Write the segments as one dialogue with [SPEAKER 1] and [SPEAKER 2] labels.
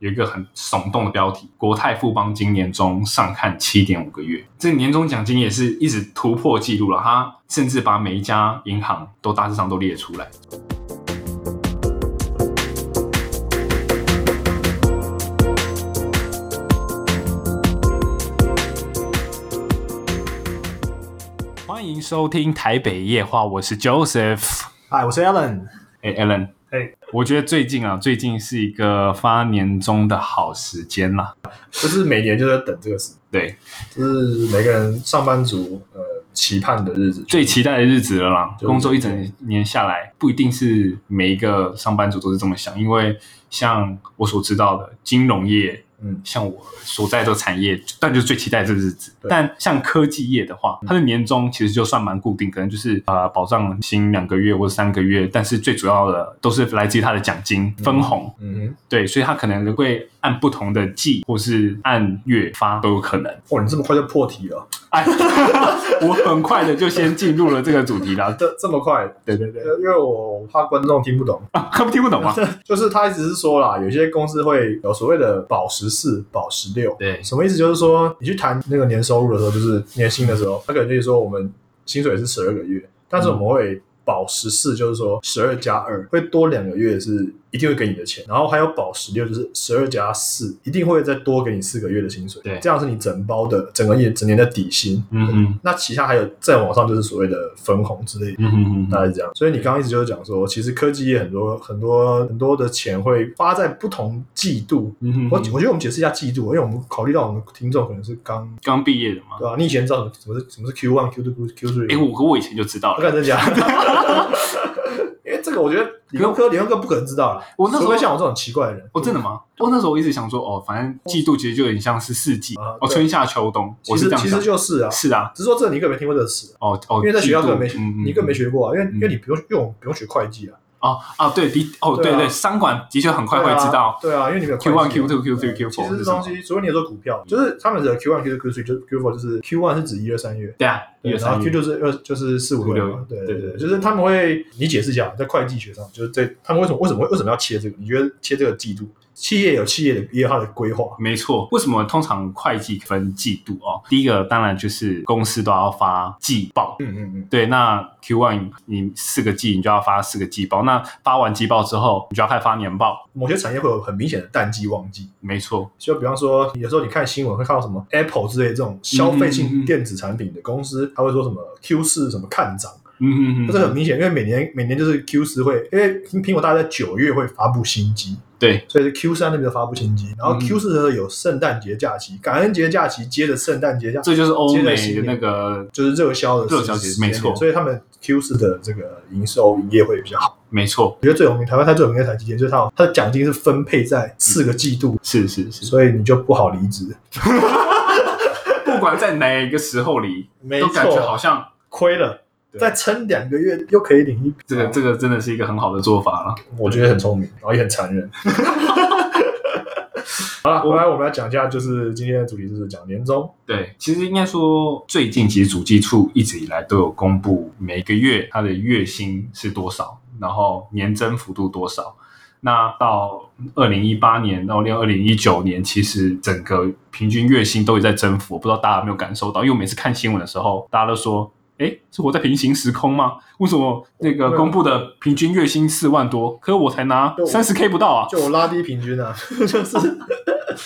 [SPEAKER 1] 有一个很耸动的标题：国泰富邦今年中上看七点五个月。这年终奖金也是一直突破纪录了，它甚至把每一家银行都大致上都列出来。欢迎收听台北夜话，我是 Joseph。
[SPEAKER 2] 嗨，我是 Alan。
[SPEAKER 1] 哎、a l a n
[SPEAKER 2] 哎，
[SPEAKER 1] 我觉得最近啊，最近是一个发年终的好时间啦。
[SPEAKER 3] 就是每年就在等这个事，
[SPEAKER 1] 对，
[SPEAKER 3] 就是每个人上班族呃期盼的日子。
[SPEAKER 1] 最期待的日子了啦。
[SPEAKER 3] 就是
[SPEAKER 1] 工作一整年下来，不一定是每一个上班族都是这么想，因为像我所知道的金融业，
[SPEAKER 3] 嗯，
[SPEAKER 1] 像我所在的产业，但就是最期待这日子。
[SPEAKER 3] 对嗯
[SPEAKER 1] 但像科技业的话，它的年终其实就算蛮固定，可能就是呃保障薪两个月或者三个月，但是最主要的都是来自于它的奖金分红。
[SPEAKER 3] 嗯
[SPEAKER 1] 对，所以它可能会按不同的季或是按月发都有可能。
[SPEAKER 3] 哼，哇，哦你这么快就破题了，
[SPEAKER 1] 哎， 我很快的就先进入了这个主题啦。
[SPEAKER 3] 这这么快？
[SPEAKER 1] 对对对，
[SPEAKER 3] 呃因为我怕观众听不懂，
[SPEAKER 1] 啊，他们听不懂吗？
[SPEAKER 3] 就是他一直是说啦，有些公司会有所谓的保十四、保十六，
[SPEAKER 1] 对
[SPEAKER 3] 什么意思？就是说你去谈那个年收入的时候，就是年薪的时候，他可能就是说我们薪水是十二个月，但是我们会保十四，就是说十二加二会多两个月是一定会给你的钱，然后还有保十六，就是十二加四一定会再多给你四个月的薪水，
[SPEAKER 1] 对
[SPEAKER 3] 这样是你整包的整个月整年的底薪。
[SPEAKER 1] 嗯嗯
[SPEAKER 3] 那其他还有再往上就是所谓的分红之类的。
[SPEAKER 1] 嗯嗯
[SPEAKER 3] 大概是这样。所以你刚刚一直就是讲说，其实科技业很多很多很多的钱会花在不同季度。
[SPEAKER 1] 嗯
[SPEAKER 3] 我我
[SPEAKER 1] 嗯，
[SPEAKER 3] 觉得我们解释一下季度，因为我们考虑到我们听众可能是刚
[SPEAKER 1] 刚毕业的嘛。
[SPEAKER 3] 对吧、啊你以前知道什么是什么是 Q one、Q two、Q
[SPEAKER 1] 哎，
[SPEAKER 3] three？
[SPEAKER 1] 我可我以前就知道
[SPEAKER 3] 我
[SPEAKER 1] 了。
[SPEAKER 3] 敢真假？ 因为这个我觉得理工科理工科不可能知道啦，
[SPEAKER 1] 我那时候
[SPEAKER 3] 除非像我这种奇怪的人。
[SPEAKER 1] 哦，真的吗？我那时候我一直想说，哦，反正季度其实就有点像是四季，
[SPEAKER 3] 啊
[SPEAKER 1] 哦，
[SPEAKER 3] 对
[SPEAKER 1] 春夏秋冬，我是
[SPEAKER 3] 其实
[SPEAKER 1] 这样
[SPEAKER 3] 其
[SPEAKER 1] 想
[SPEAKER 3] 实。就是啊，
[SPEAKER 1] 是啊，
[SPEAKER 3] 只是说这你根本没听过这个词，啊
[SPEAKER 1] 哦哦，
[SPEAKER 3] 因为在学校根本没
[SPEAKER 1] 季
[SPEAKER 3] 学，
[SPEAKER 1] 度嗯嗯
[SPEAKER 3] 你根本没学过啊，因为
[SPEAKER 1] 嗯
[SPEAKER 3] 因为你不用因为我们不用学会计啊，
[SPEAKER 1] 哦啊，对的，哦
[SPEAKER 3] 对
[SPEAKER 1] 对
[SPEAKER 3] 啊
[SPEAKER 1] 对，商管的确很快会知道。
[SPEAKER 3] 对啊，对啊，因为你没有
[SPEAKER 1] Q one、Q
[SPEAKER 3] two
[SPEAKER 1] two、Q three、Q
[SPEAKER 3] 其
[SPEAKER 1] four
[SPEAKER 3] 实这东西，除非你有做股票，就是他们的 Q one、Q two、Q three 就是 Q four，就是 Q one 是指一二三月，
[SPEAKER 1] 对啊，一
[SPEAKER 3] 对
[SPEAKER 1] 二
[SPEAKER 3] 然
[SPEAKER 1] 三
[SPEAKER 3] 后 Q
[SPEAKER 1] 月
[SPEAKER 3] 就是二就是四五
[SPEAKER 1] 六
[SPEAKER 3] 六嘛，对
[SPEAKER 1] 对
[SPEAKER 3] 对
[SPEAKER 1] 对
[SPEAKER 3] 对，就是他们会，你解释一下，在会计学上，就是在他们为什么为什么为什么要切这个？你觉得切这个季度，企业有企业的也有它的规划，
[SPEAKER 1] 没错，为什么通常会计分季度哦？第一个当然就是公司都要发季报，
[SPEAKER 3] 嗯嗯嗯，
[SPEAKER 1] 对，那 Q one 你四个季你就要发四个季报，那发完季报之后，你就要开始发年报。
[SPEAKER 3] 某些产业会有很明显的淡季旺季，
[SPEAKER 1] 没错，
[SPEAKER 3] 就比方说，有时候你看新闻会看到什么 Apple 之类这种消
[SPEAKER 1] 嗯嗯
[SPEAKER 3] 费
[SPEAKER 1] 嗯
[SPEAKER 3] 性电子产品的公司，它会说什么 Q 四什么看涨，
[SPEAKER 1] 嗯嗯
[SPEAKER 3] 这是很明显，因为每年每年就是 Q 四会，因为苹果大概在九月会发布新机，
[SPEAKER 1] 对，
[SPEAKER 3] 所以是 Q 三那边发布新机，然后
[SPEAKER 1] 嗯
[SPEAKER 3] Q 四的时候有圣诞节假期、感恩节假期，接着圣诞节假期，
[SPEAKER 1] 这就是欧美
[SPEAKER 3] 接着新
[SPEAKER 1] 的
[SPEAKER 3] 年
[SPEAKER 1] 那个，
[SPEAKER 3] 就是热销的
[SPEAKER 1] 热销节
[SPEAKER 3] 时间
[SPEAKER 1] 没错
[SPEAKER 3] 所以他们 Q 四的这个营收营业会比较好。
[SPEAKER 1] 没错，
[SPEAKER 3] 我觉得最有名，台湾它最有名的台积电，就是它有它的奖金是分配在四个季度，
[SPEAKER 1] 是是是，
[SPEAKER 3] 所以你就不好离职，
[SPEAKER 1] 不管在哪一个时候里，
[SPEAKER 3] 没
[SPEAKER 1] 都感觉好
[SPEAKER 3] 错，
[SPEAKER 1] 像
[SPEAKER 3] 亏了，
[SPEAKER 1] 对
[SPEAKER 3] 再撑两个月又可以领一笔，
[SPEAKER 1] 这个这个真的是一个很好的做法了。
[SPEAKER 3] 我觉得很聪明，然后也很 残忍。好了，我来我们来讲一下，就是今天的主题就是讲年终，
[SPEAKER 1] 对，其实应该说，最近其实主计处一直以来都有公布每个月它的月薪是多少，然后年增幅度多少。那到二零一八年到二零一九年，其实整个平均月薪都有在增幅，我不知道大家有没有感受到？因为我每次看新闻的时候，大家都说：“哎，是我在平行时空吗？为什么那个公布的平均月薪四万多，可我才拿三十 K 不到啊？”
[SPEAKER 3] 就我拉低平均啊，就是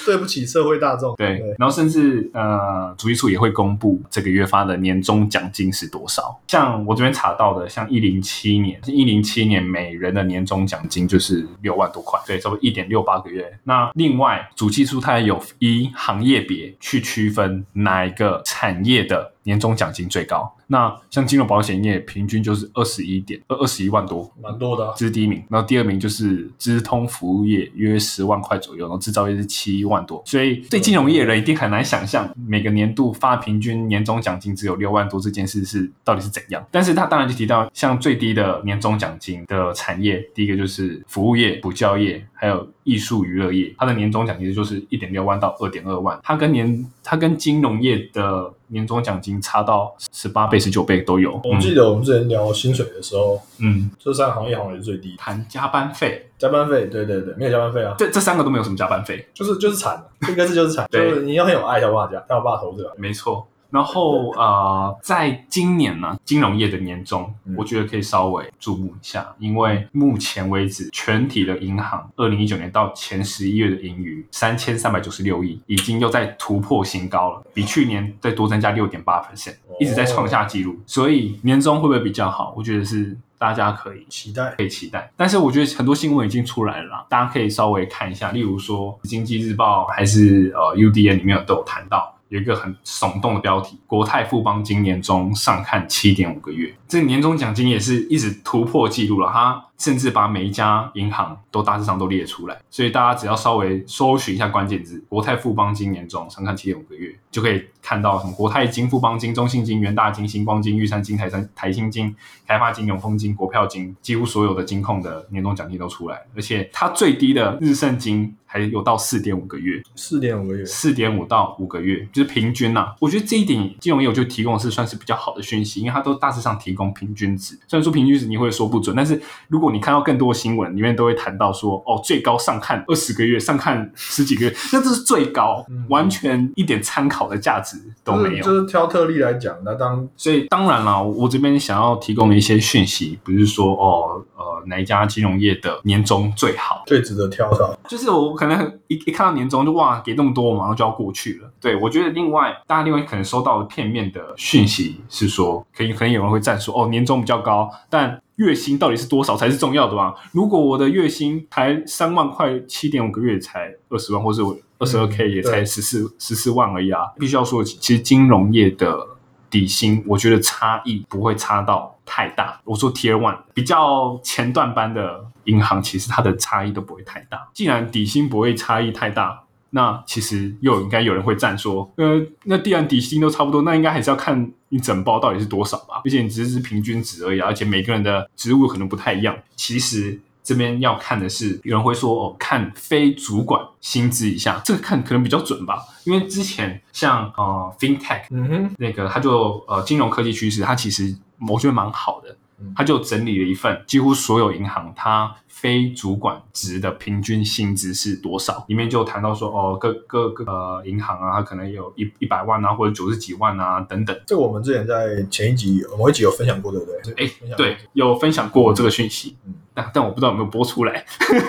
[SPEAKER 3] 对不起社会大众。
[SPEAKER 1] 对，然后甚至呃，主计处也会公布这个月发的年终奖金是多少。像我这边查到的，像一零七年，一零七年每人的年终奖金就是六万多块，对，差不多一点六八个月。那另外，主计处它也有依行业别去区分哪一个产业的年终奖金最高。那像金融保险业平均就是二十一点二二十一万多，
[SPEAKER 3] 蛮多的啊、
[SPEAKER 1] 这是第一名，然后第二名就是资通服务业，约十万块左右，然后制造业是七万多，所以对金融业人一定很难想象，每个年度发平均年终奖金只有六万多这件事是到底是怎样。但是他当然就提到，像最低的年终奖金的产业，第一个就是服务业、补教业，还有艺术娱乐业，它的年终奖金就是一点六万到二点二万，它跟年它跟金融业的年终奖金差到十八倍、十九倍都有。
[SPEAKER 4] 我
[SPEAKER 3] 哦
[SPEAKER 4] 记得我们之前聊薪水的时候，
[SPEAKER 1] 嗯，嗯
[SPEAKER 4] 这三个行业好像也是最低的。
[SPEAKER 1] 谈加班费，
[SPEAKER 4] 加班费，对对对，没有加班费啊，
[SPEAKER 1] 这这三个都没有什么加班费，
[SPEAKER 4] 就是就是惨了，一个字就是惨，就
[SPEAKER 1] 对
[SPEAKER 4] 是你要很有爱才有办法加，才有办法投这个。
[SPEAKER 1] 没错。然后呃，在今年呢、金融业的年终，
[SPEAKER 4] 嗯
[SPEAKER 1] 我觉得可以稍微注目一下，因为目前为止，全体的银行二零一九年到前十一月的盈余三千三百九十六亿，已经又在突破新高了，比去年再多增加六点八 percent，一直在创下纪录。所以年终会不会比较好？我觉得是大家可以
[SPEAKER 4] 期待
[SPEAKER 1] 可以期待。但是我觉得很多新闻已经出来了啦，大家可以稍微看一下，例如说《经济日报》还是呃 UDN 里面有都有谈到。有一个很耸动的标题：国泰富邦今年中上看七点五个月，这年终奖金也是一直突破纪录了。它甚至把每一家银行都大致上都列出来，所以大家只要稍微搜寻一下关键字“国泰富邦今年中上看七点五个月”，就可以看到什么国泰金、富邦金、中信金、元大金、星光金、玉山金、台山台新金、开发金、永丰金、国票金，几乎所有的金控的年终奖金都出来了，而且它最低的日盛金还有到四点五个月，
[SPEAKER 4] 四点五个月，
[SPEAKER 1] 四点五到五个月，就是平均呐、我觉得这一点金融业我就提供的是算是比较好的讯息，因为它都大致上提供平均值。虽然说平均值你会说不准，但是如果你看到更多新闻里面都会谈到说，哦，最高上看二十个月，上看十几个月，那这是最高
[SPEAKER 4] 嗯，
[SPEAKER 1] 完全一点参考的价值都
[SPEAKER 4] 就是
[SPEAKER 1] 没有。
[SPEAKER 4] 就是挑特例来讲，那当
[SPEAKER 1] 所以当然啦，我这边想要提供的一些讯息，不是说哦呃哪一家金融业的年终最好，
[SPEAKER 4] 最值得挑到。
[SPEAKER 1] 就是我可能一一看到年终就哇给那么多，我马上就要过去了。对我觉得另外大家另外可能收到的片面的讯息是说，可以可能有人会站说哦年终比较高，但月薪到底是多少才是重要的吧？如果我的月薪才三万块，七点五个月才二十万，或是我二十二 k
[SPEAKER 4] 嗯
[SPEAKER 1] 也
[SPEAKER 4] 对
[SPEAKER 1] 才十四十四万而已啊。必须要说，其实金融业的底薪，我觉得差异不会差到太大。我说 Tier One 比较前段班的银行，其实它的差异都不会太大。既然底薪不会差异太大。那其实又应该有人会站说，呃，那既然底薪都差不多，那应该还是要看你整包到底是多少吧，而且你只是平均值而已、啊，而且每个人的职务可能不太一样。其实这边要看的是，有人会说哦，看非主管薪资以下，这个看可能比较准吧，因为之前像呃 FinTech
[SPEAKER 4] 嗯哼，
[SPEAKER 1] 那个，它就呃金融科技趋势，它其实我觉得蛮好的
[SPEAKER 4] 嗯，
[SPEAKER 1] 它就整理了一份几乎所有银行它非主管职的平均薪资是多少，里面就谈到说哦各各各呃银行啊，它可能有一一百万啊，或者九十几万啊等等。
[SPEAKER 4] 这个我们之前在前一集某一集有分享过，对不对？
[SPEAKER 1] 哎
[SPEAKER 4] 分享过，
[SPEAKER 1] 对，有分享过这个讯息
[SPEAKER 4] 嗯，
[SPEAKER 1] 但但我不知道有没有播出来，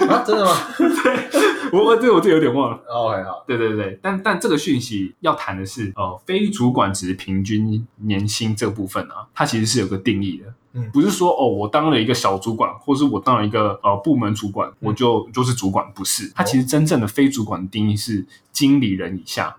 [SPEAKER 4] 啊，真的吗
[SPEAKER 1] 我我这个我这个有点忘了。
[SPEAKER 4] ？OK，好，
[SPEAKER 1] 对对对，但但这个讯息要谈的是，呃，非主管职平均年薪这部分啊，它其实是有个定义的，
[SPEAKER 4] 嗯
[SPEAKER 1] 不是说哦，我当了一个小主管，或是我当了一个呃部门主管，我就就是主管，不是，它其实真正的非主管的定义是经理人以下，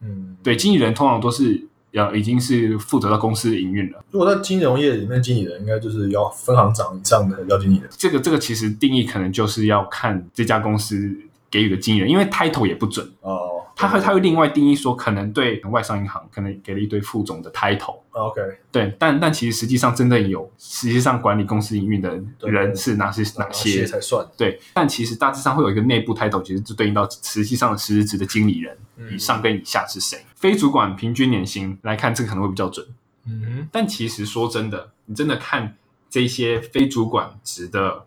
[SPEAKER 4] 嗯，。
[SPEAKER 1] 对，经理人通常都是呃已经是负责到公司的营运了。
[SPEAKER 4] 如果在金融业里面，经理人应该就是要分行长以上的要经理人。
[SPEAKER 1] 这个这个其实定义可能就是要看这家公司给予的经理人，因为 title 也不准，
[SPEAKER 4] 哦，
[SPEAKER 1] 他会他会另外定义说，可能对外商银行可能给了一堆副总的 title。
[SPEAKER 4] 哦 OK，
[SPEAKER 1] 对，但但其实实际上真正有，实际上管理公司营运的人是哪些
[SPEAKER 3] 哦
[SPEAKER 1] 哪些？
[SPEAKER 4] 哦才算
[SPEAKER 1] 对，但其实大致上会有一个内部 title，其实就对应到实际上的实职的经理人
[SPEAKER 4] 嗯
[SPEAKER 3] 嗯
[SPEAKER 1] 以上？跟以下是谁。非主管平均年薪来看，这个可能会比较准。
[SPEAKER 4] 嗯
[SPEAKER 1] 但其实说真的，你真的看这些非主管职的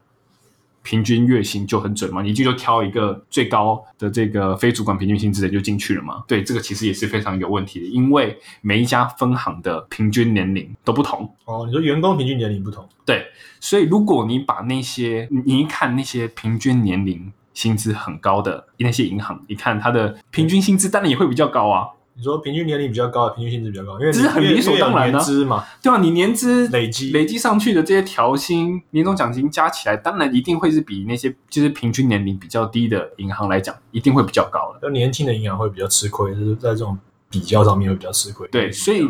[SPEAKER 1] 平均月薪就很准吗？你就就挑一个最高的这个非主管平均薪资的就进去了吗？对，这个其实也是非常有问题的，因为每一家分行的平均年龄都不同。
[SPEAKER 4] 哦，你说员工平均年龄不同，
[SPEAKER 1] 对，所以如果你把那些你你一看那些平均年龄薪资很高的那些银行，你看它的平均薪资当然也会比较高啊，
[SPEAKER 4] 你说平均年龄比较高，平均薪资比较高，因为你
[SPEAKER 1] 这是很理所当然
[SPEAKER 4] 因为有
[SPEAKER 1] 的
[SPEAKER 4] 年资嘛，
[SPEAKER 1] 对啊，你年资
[SPEAKER 4] 累积
[SPEAKER 1] 累积上去的这些调薪、年终奖金加起来，当然一定会是比那些就是平均年龄比较低的银行来讲，一定会比较高的。
[SPEAKER 4] 那年轻的银行会比较吃亏，就是在这种比较上面会比较吃亏。
[SPEAKER 1] 嗯对，啊所以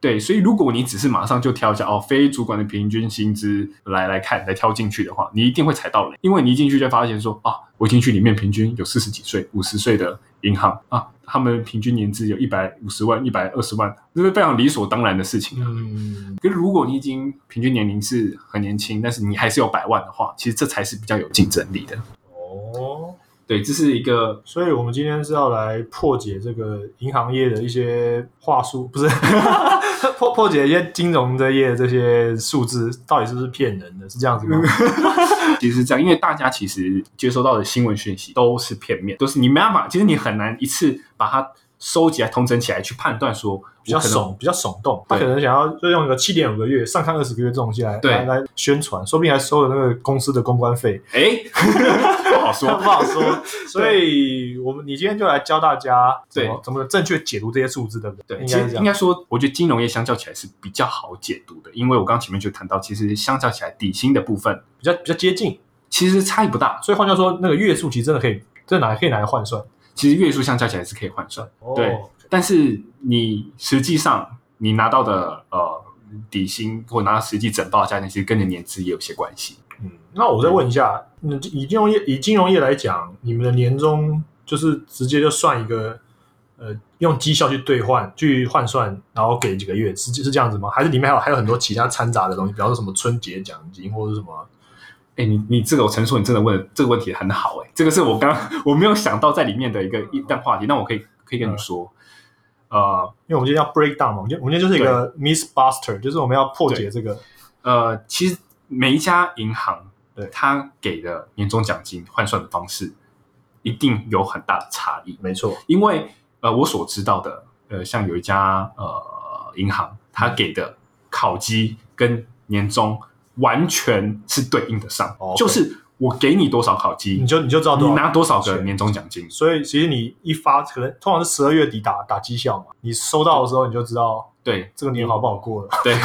[SPEAKER 1] 对，所以如果你只是马上就挑一下哦，非主管的平均薪资来来看来挑进去的话，你一定会踩到雷，因为你一进去就发现说啊，我进去里面平均有四十几岁、五十岁的银行啊，他们平均年资有一百五十万、一百二十万，这是非常理所当然的事情啊。
[SPEAKER 4] 嗯，
[SPEAKER 1] 可是如果你已经平均年龄是很年轻，但是你还是有百万的话，其实这才是比较有竞争力的。
[SPEAKER 4] 哦，
[SPEAKER 1] 对，这是一个
[SPEAKER 3] 所以我们今天是要来破解这个银行业的一些话术，不是 破破解一些金融这业的这些数字到底是不是骗人的，是这 样子吗？
[SPEAKER 1] 其实是这样，因为大家其实接收到的新闻讯息都是片面，都是你没办法，其实你很难一次把它收集来、统整起来去判断说，
[SPEAKER 3] 比较
[SPEAKER 1] 我可能
[SPEAKER 3] 耸，比较耸动，他
[SPEAKER 1] 对
[SPEAKER 3] 可能想要就用个七点五个月、上看二十个月这种西来
[SPEAKER 1] 对
[SPEAKER 3] 来来宣传，说不定还收了那个公司的公关费，
[SPEAKER 1] 哎， 不好
[SPEAKER 3] 不
[SPEAKER 1] 说。
[SPEAKER 3] 好说。所以我们你今天就来教大家怎么
[SPEAKER 1] 对
[SPEAKER 3] 怎么正确解读这些数字，对不对？
[SPEAKER 1] 对，
[SPEAKER 3] 应
[SPEAKER 1] 其
[SPEAKER 3] 该是
[SPEAKER 1] 实
[SPEAKER 3] 这
[SPEAKER 1] 应
[SPEAKER 3] 样。
[SPEAKER 1] 该说，我觉得金融业相较起来是比较好解读的，因为我刚前面就谈到，其实相较起来底薪的部分
[SPEAKER 3] 比较比较接近。
[SPEAKER 1] 其实差异不大，
[SPEAKER 3] 所以换句话说，那个月数其实真的可以，真的拿可以拿来换算。
[SPEAKER 1] 其实月数相较起来是可以换算，对
[SPEAKER 3] 哦，
[SPEAKER 1] 但是你实际上你拿到的呃底薪或拿到实际整报的价钱，其实跟你的年资也有些关系。
[SPEAKER 3] 嗯，那我再问一下，嗯，以金融业以金融业来讲，你们的年终就是直接就算一个，呃，用绩效去兑换去换算，然后给几个月，是是这样子吗？还是里面还有还有很多其他掺杂的东西，比方说什么春节奖金或者是什么？
[SPEAKER 1] 哎，你你这个我陈述，你真的问的这个问题很好哎、这个是我刚我没有想到在里面的一个一段话题，那我可以可以
[SPEAKER 3] 嗯
[SPEAKER 1] 跟你说，呃
[SPEAKER 3] 因为我们今天要 break down 嘛，我们今天我们今天就是一个 miss buster，就是我们要破解
[SPEAKER 1] 对
[SPEAKER 3] 这个
[SPEAKER 1] 呃，其实每一家银行
[SPEAKER 3] 对
[SPEAKER 1] 它给的年终奖金换算的方式一定有很大的差异，
[SPEAKER 3] 没错，
[SPEAKER 1] 因为呃我所知道的，呃像有一家呃银行，它
[SPEAKER 3] 嗯
[SPEAKER 1] 给的考绩跟年终完全是对应的上，
[SPEAKER 3] 哦，OK
[SPEAKER 1] 就是我给你多少考绩，
[SPEAKER 3] 你就你就知道多
[SPEAKER 1] 你
[SPEAKER 3] 少
[SPEAKER 1] 拿多少个
[SPEAKER 3] 钱
[SPEAKER 1] 年终奖金。
[SPEAKER 3] 所以其实你一发，可能通常是十二月底打打绩效嘛，你收到的时候你就知道
[SPEAKER 1] 对，
[SPEAKER 3] 这个年好不好过了。
[SPEAKER 1] 对，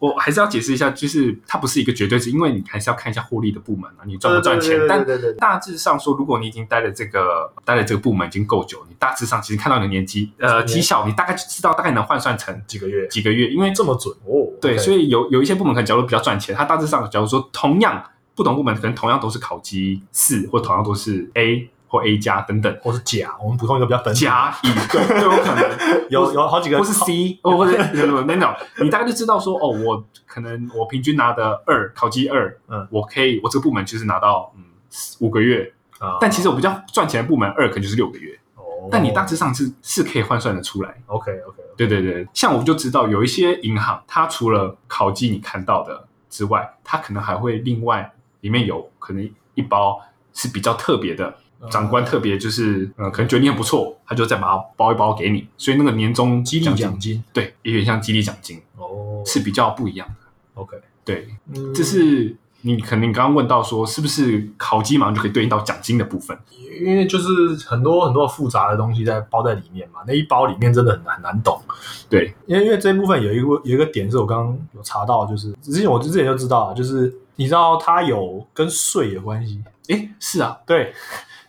[SPEAKER 1] 我还是要解释一下，就是它不是一个绝对值，因为你还是要看一下获利的部门啊，你赚不赚钱。但
[SPEAKER 3] 对对
[SPEAKER 1] 大致上说，如果你已经待了这个待了这个部门已经够久，你大致上其实看到你的年绩呃
[SPEAKER 3] 对
[SPEAKER 1] 绩效，你大概就知道大概能换算成
[SPEAKER 3] 几个月
[SPEAKER 1] 几个月，因为
[SPEAKER 3] 这么准哦。
[SPEAKER 1] 对，所
[SPEAKER 3] 以
[SPEAKER 1] 以有有一些部门可能假如比较赚钱，它大致上假如说同样不同部门可能同样都是考绩四，或同样都是 A 或 A 加等等。
[SPEAKER 3] 或是甲，我们普通一个比较本土
[SPEAKER 1] 甲乙对都有可能，
[SPEAKER 3] 有有好几个
[SPEAKER 1] 或是 C，哦， 或者那种，你大概就知道说，哦，我可能我平均拿的二考绩二，
[SPEAKER 3] 嗯
[SPEAKER 1] 我可以我这个部门就是拿到嗯五个月，
[SPEAKER 3] 啊，
[SPEAKER 1] 但其实我比较赚钱的部门二可能就是六个月，
[SPEAKER 3] 哦
[SPEAKER 1] 但你大致上是是可以换算的出来。
[SPEAKER 3] OK OK，
[SPEAKER 1] 对对对，像我就知道有一些银行，它除了考绩你看到的之外，它可能还会另外里面有可能一包是比较特别的。
[SPEAKER 3] 嗯
[SPEAKER 1] 长官特别就是，呃，可能觉得你很不错，他就再把它包一包给你，所以那个年终
[SPEAKER 3] 激励奖金
[SPEAKER 1] 对，有点像激励奖金，
[SPEAKER 3] 哦
[SPEAKER 1] 是比较不一样的。
[SPEAKER 3] OK，
[SPEAKER 1] 对，
[SPEAKER 3] 嗯
[SPEAKER 1] 这是你可能你刚刚问到说，是不是考绩马上就可以对应到奖金的部分？
[SPEAKER 3] 因为就是很多很多复杂的东西在包在里面嘛，那一包里面真的很很难懂。
[SPEAKER 1] 对，
[SPEAKER 3] 因为因为这部分有一个有一个点是我刚刚有查到，就是之前我之前就知道，啊就是你知道它有跟税有关系，
[SPEAKER 1] 诶，是啊，
[SPEAKER 3] 对，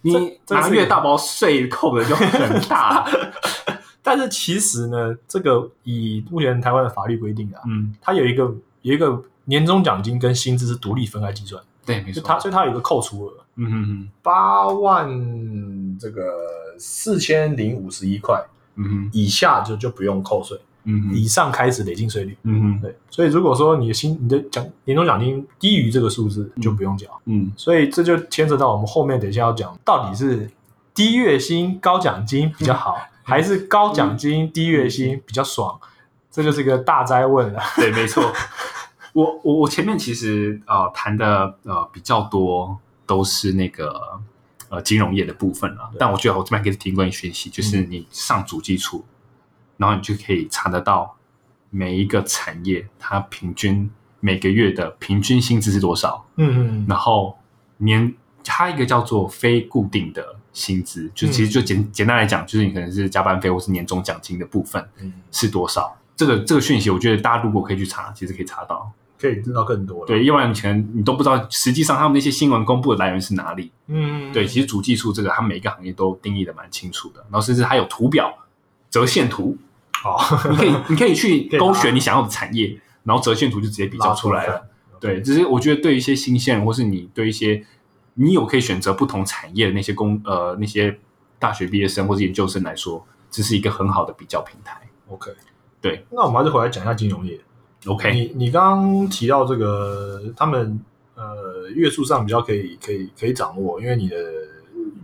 [SPEAKER 1] 你
[SPEAKER 3] 这
[SPEAKER 1] 拿
[SPEAKER 3] 是一
[SPEAKER 1] 越
[SPEAKER 3] 个
[SPEAKER 1] 大包税扣的就很大，
[SPEAKER 3] 但是其实呢，这个以目前台湾的法律规定啊，
[SPEAKER 1] 嗯，
[SPEAKER 3] 它有一个有一个年终奖金跟薪资是独立分开计算，
[SPEAKER 1] 对，没
[SPEAKER 3] 就
[SPEAKER 1] 错，
[SPEAKER 3] 它所以它有一个扣除额，
[SPEAKER 1] 嗯嗯
[SPEAKER 3] 八万这个四千零五十一块
[SPEAKER 1] 嗯嗯
[SPEAKER 3] 以下就就不用扣税，
[SPEAKER 1] 嗯
[SPEAKER 3] 以上开始累进税率。
[SPEAKER 1] 嗯嗯
[SPEAKER 3] 对，所以如果说你的薪你的奖年终奖金低于这个数字就不用缴，
[SPEAKER 1] 嗯，
[SPEAKER 3] 所以这就牵扯到我们后面等一下要讲到底是低月薪高奖金比较 好，还是高奖金低月薪比较爽，这就是一个大灾问了。
[SPEAKER 1] 对，没错。我我我前面其实呃谈的呃比较多都是那个呃金融业的部分了，
[SPEAKER 3] 对
[SPEAKER 1] 但我觉得我这边可以提供你学习，就是你上主基础，然后你就可以查得到每一个产业它平均每个月的平均薪资是多少，
[SPEAKER 3] 嗯嗯
[SPEAKER 1] 然后年它一个叫做非固定的薪资，就其实就简、简单来讲，就是你可能是加班费或是年终奖金的部分
[SPEAKER 3] 嗯，
[SPEAKER 1] 是多少。这个这个讯息，我觉得大家如果可以去查，其实可以查到。
[SPEAKER 3] 可以知道更多了。
[SPEAKER 1] 对，要不然你可能你都不知道，实际上他们那些新闻公布的来源是哪里。
[SPEAKER 3] 嗯，嗯，
[SPEAKER 1] 对，其实主技术这个，它每一个行业都定义的蛮清楚的，然后甚至还有图表、折线图，
[SPEAKER 3] 好，
[SPEAKER 1] 你可以你可以去
[SPEAKER 3] 可以
[SPEAKER 1] 勾
[SPEAKER 3] 拿
[SPEAKER 1] 选你想要的产业，然后折线图就直接比较出来
[SPEAKER 3] 拉
[SPEAKER 1] 了。对，只是我觉得对一些新鲜人，或是你对一些你有可以选择不同产业的那些工呃那些大学毕业生或者研究生来说，这是一个很好的比较平台。
[SPEAKER 3] OK，
[SPEAKER 1] 对，
[SPEAKER 3] 那我们还是回来讲一下金融业。
[SPEAKER 1] OK，
[SPEAKER 3] 你你刚刚提到这个，他们呃月数上比较可以可以可以掌握，因为你的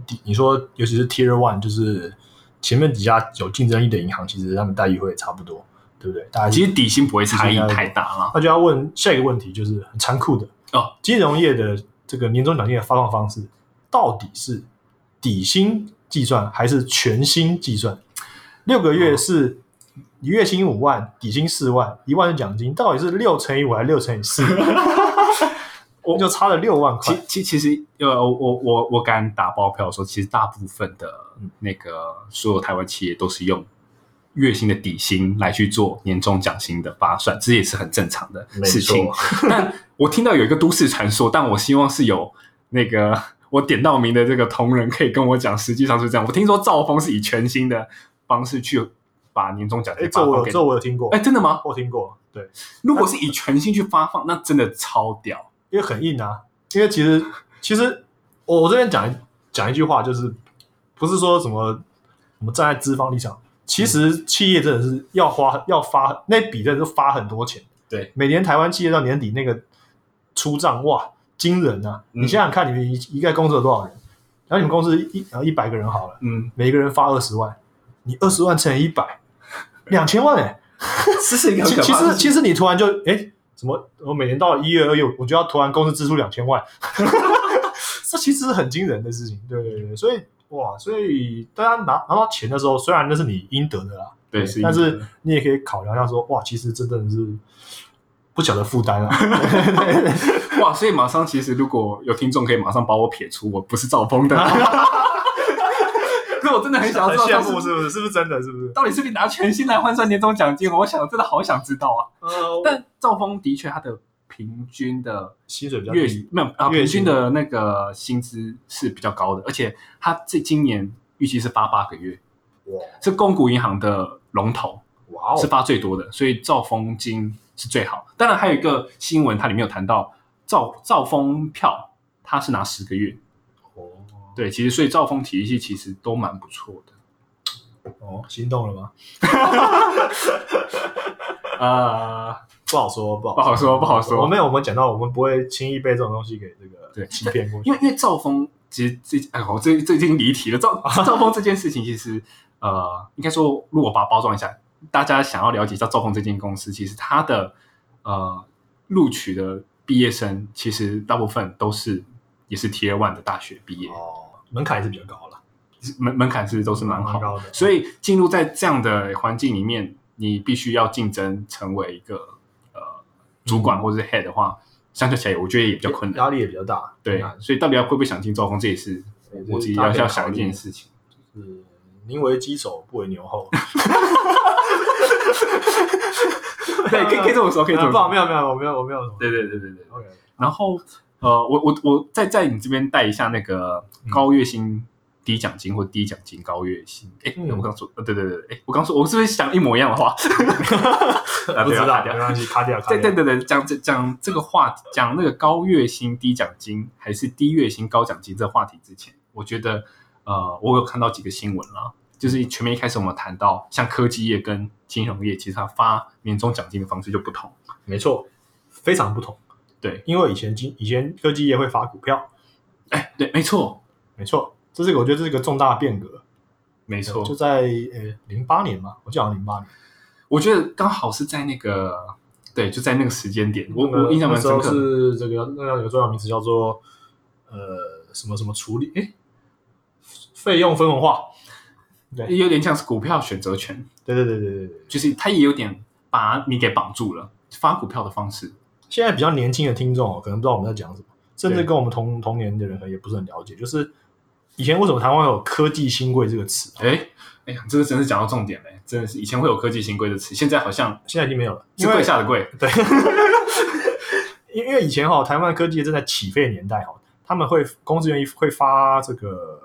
[SPEAKER 3] 低。你说，尤其是 Tier One，就是前面几家有竞争力的银行，其实他们待遇会差不多，对不对？大家
[SPEAKER 1] 其实底薪不会差异太大啦。
[SPEAKER 3] 那就要问下一个问题，就是很残酷的
[SPEAKER 1] 哦，
[SPEAKER 3] 金融业的这个年终奖金的发放方式，到底是底薪计算还是全薪计算？六个月是你月薪五万，底薪四万，一万的奖金，到底是六乘以五还是六乘 以四？我就差了六万块
[SPEAKER 1] 其。其其实，呃，我我我我敢打包票说，其实大部分的那个所有台湾企业都是用月薪的底薪来去做年终奖金的发算，这也是很正常的
[SPEAKER 3] 没
[SPEAKER 1] 事情
[SPEAKER 3] 错。
[SPEAKER 1] 但我听到有一个都市传说，但我希望是有那个我点到名的这个同仁可以跟我讲，实际上是这样。我听说兆丰是以全新的方式去把年终奖
[SPEAKER 3] 哎，
[SPEAKER 1] 金
[SPEAKER 3] 这
[SPEAKER 1] 发放
[SPEAKER 3] 我
[SPEAKER 1] 给
[SPEAKER 3] 这，我有听过，
[SPEAKER 1] 哎，真的吗？
[SPEAKER 3] 我听过，对，
[SPEAKER 1] 如果是以全新去发放，那真的超屌。
[SPEAKER 3] 因为很硬啊。因为其实其实我我这边讲一讲一句话，就是不是说什么我们站在资方立场，其实企业真的是要花要发那笔真的是发很多钱。
[SPEAKER 1] 对，
[SPEAKER 3] 每年台湾企业到年底那个出账哇，惊人啊！
[SPEAKER 1] 嗯
[SPEAKER 3] 你想想看，你们一一个公司有多少人？然后你们公司一然后一百个人好了，
[SPEAKER 1] 嗯，
[SPEAKER 3] 每个人发二十万，你二十万乘以一百，两千万哎、
[SPEAKER 1] 这是一个
[SPEAKER 3] 其其实其实你突然就哎、诶怎么我每年到一月二月，我就要突然公司支出两千万， 这其实是很惊人的事情。对对对，所以哇，所以大家拿拿到钱的时候，虽然那是你应得的啦，
[SPEAKER 1] 对，
[SPEAKER 3] 但
[SPEAKER 1] 一
[SPEAKER 3] 是
[SPEAKER 1] 个
[SPEAKER 3] 你也可以考量一下说，哇，其实这真的是不小的负担啊。 对对对
[SPEAKER 1] 哇，所以马上其实如果有听众可以马上把我撇除，我不是赵峰的。 可是我真的很想要
[SPEAKER 3] 很
[SPEAKER 1] 知道
[SPEAKER 3] 羡
[SPEAKER 1] 到
[SPEAKER 3] 慕
[SPEAKER 1] 底
[SPEAKER 3] 是不 是？是不是真的？是不是？
[SPEAKER 1] 到底是不是拿全薪来换算年终奖金？我想真的好想知道啊！
[SPEAKER 3] 呃
[SPEAKER 1] 但赵峰的确他的平均的
[SPEAKER 3] 薪水比较
[SPEAKER 1] 月
[SPEAKER 3] 低，
[SPEAKER 1] 没有啊，
[SPEAKER 3] 月
[SPEAKER 1] 平
[SPEAKER 3] 薪
[SPEAKER 1] 均的那个薪资是比较高的，而且他这今年预期是发八个月，
[SPEAKER 3] 哇
[SPEAKER 1] 是公股银行的龙头，
[SPEAKER 3] 哇哦
[SPEAKER 1] 是，发最多的，所以兆丰金是最好。当然还有一个新闻，它里面有谈到兆兆丰票，它是拿十个月，
[SPEAKER 3] 哦
[SPEAKER 1] 对，其实所以兆丰体系其实都蛮不错的。
[SPEAKER 3] 哦，心动了吗？
[SPEAKER 1] 呃，
[SPEAKER 3] 不好说，不好
[SPEAKER 1] 不好说不好说
[SPEAKER 3] 我没有，我们讲到我们不会轻易被这种东西给这个
[SPEAKER 1] 对
[SPEAKER 3] 欺骗过去
[SPEAKER 1] 因。为因为兆丰其实这哎，我这这已经离题了。兆兆丰这件事情，其实呃，应该说，如果把它包装一下，大家想要了解一下兆丰这间公司，其实它的呃录取的毕业生，其实大部分都是也是 Tier One 的大学毕业，
[SPEAKER 3] 哦，门槛还是比较高了，
[SPEAKER 1] 门门槛是都是蛮好
[SPEAKER 3] 蛮高的
[SPEAKER 1] 所以进入在这样的环境里面，你必须要竞争成为一个呃主
[SPEAKER 3] 嗯
[SPEAKER 1] 管或者是 head 的话，相较起来，我觉得也比较困难。
[SPEAKER 3] 压力也比较大。
[SPEAKER 1] 对
[SPEAKER 3] 那，
[SPEAKER 1] 所以到底要会不会想进招工，这也是
[SPEAKER 3] 对
[SPEAKER 1] 我
[SPEAKER 3] 这
[SPEAKER 1] 自
[SPEAKER 3] 是
[SPEAKER 1] 己
[SPEAKER 3] 大
[SPEAKER 1] 要
[SPEAKER 3] 家
[SPEAKER 1] 要
[SPEAKER 3] 可以考
[SPEAKER 1] 想一
[SPEAKER 3] 虑
[SPEAKER 1] 件
[SPEAKER 3] 的
[SPEAKER 1] 事情。
[SPEAKER 3] 是宁为鸡首，不为牛 后。
[SPEAKER 1] 对，可以可以这么说，可以这么
[SPEAKER 3] 呃啊不好，没
[SPEAKER 1] 说。
[SPEAKER 3] 有没有，我没有我没有什么。
[SPEAKER 1] 对啊对对对对。
[SPEAKER 3] ，OK，
[SPEAKER 1] 然后呃，我我我再在你这边带一下那个
[SPEAKER 3] 嗯
[SPEAKER 1] 高月薪低奖金或低奖金高月薪。哎，
[SPEAKER 3] 嗯
[SPEAKER 1] 我刚说，呃对对对，哎，我刚说，我是不是想一模一样的话？啊
[SPEAKER 3] 不
[SPEAKER 1] 对
[SPEAKER 3] 知
[SPEAKER 1] 啊
[SPEAKER 3] 道，
[SPEAKER 1] 对啊
[SPEAKER 3] 没关系，卡掉卡
[SPEAKER 1] 对
[SPEAKER 3] 掉。
[SPEAKER 1] 对对对，讲这讲这个话，讲那个高月薪低奖金还是低月薪高奖金这话题之前，我觉得呃，我有看到几个新闻啦，就是前面一开始我们谈到，像科技业跟金融业，其实它发年终奖金的方式就不同。
[SPEAKER 3] 没错，非常不同。
[SPEAKER 1] 对，
[SPEAKER 3] 因为以前金以前科技业会发股票，
[SPEAKER 1] 哎，对，没错，
[SPEAKER 3] 没错，这是一个我觉得这是一个重大的变革。
[SPEAKER 1] 没错，
[SPEAKER 3] 就在呃零八年嘛，我记得好像零八年。
[SPEAKER 1] 我觉得刚好是在那个对，就在那个时间点，我
[SPEAKER 3] 那个
[SPEAKER 1] 我印象蛮深
[SPEAKER 3] 那时候
[SPEAKER 1] 刻。
[SPEAKER 3] 是这个那个有个重要名词叫做呃什么什么处理，诶，费用分红化。对
[SPEAKER 1] 有点像是股票选择权，
[SPEAKER 3] 对对对对对对。
[SPEAKER 1] 就是它也有点把你给绑住了，发股票的方式。
[SPEAKER 3] 现在比较年轻的听众哦，可能不知道我们在讲什么，甚至
[SPEAKER 1] 对
[SPEAKER 3] 跟我们同同年的人可能也不是很了解。就是以前为什么台湾有科技新贵这个词，啊
[SPEAKER 1] 哎，哎呀，这个真是讲到重点嘞，真的是以前会有科技新贵的词，现在好像
[SPEAKER 3] 现在已经没有了，
[SPEAKER 1] 是
[SPEAKER 3] 因为
[SPEAKER 1] 跪下的跪。
[SPEAKER 3] 对，因因为以前哈、哦台湾科技正在起飞的年代哈、哦他们会公司愿意会发这个